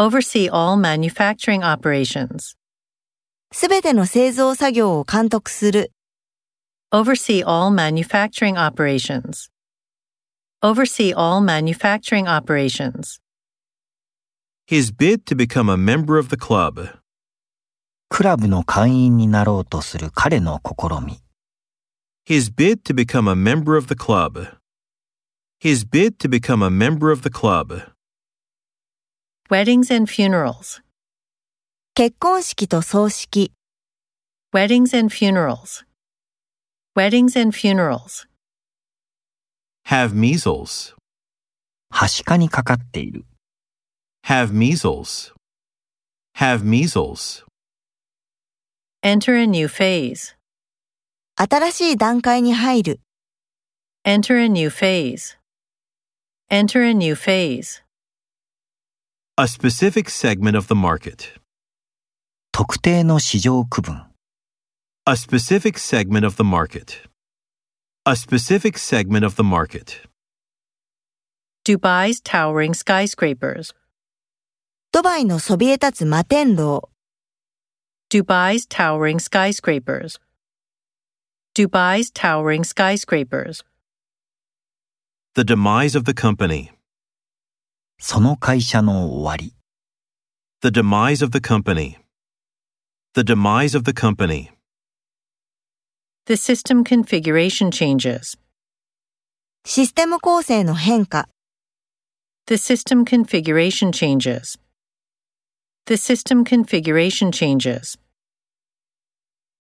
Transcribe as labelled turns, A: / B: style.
A: oversee all manufacturing operations,
B: すべての製造作業を監督する、
A: oversee all manufacturing operations, oversee all manufacturing operations,
C: His bid to become a member of the club.
D: クラブの会員になろうとする彼の試み。
C: His bid to become a member of the club. His bid to become a member of the club.
A: weddings and funerals,
B: 結婚式と葬式、
A: weddings and funerals, weddings and funerals,
C: Have measles.
D: はしかにかかっている。
C: Have measles. Have measles.
A: enter a new phase,
B: 新しい段階に入る、
A: enter a new phase, enter a new phase,
C: A specific segment of the market.
D: 特定の市場区分。
C: A specific segment of the market. A specific segment of the market.
A: Dubai's towering skyscrapers,
B: ドバイのそびえ立つ摩天楼、
A: Dubai's towering skyscrapers, Dubai's towering skyscrapers,
C: The demise of the company.
D: その会社の終わり。
C: The demise of the company. The demise of the company.
A: the system configuration changes,
B: システム構成の変化、
A: the system configuration changes, the system configuration changes.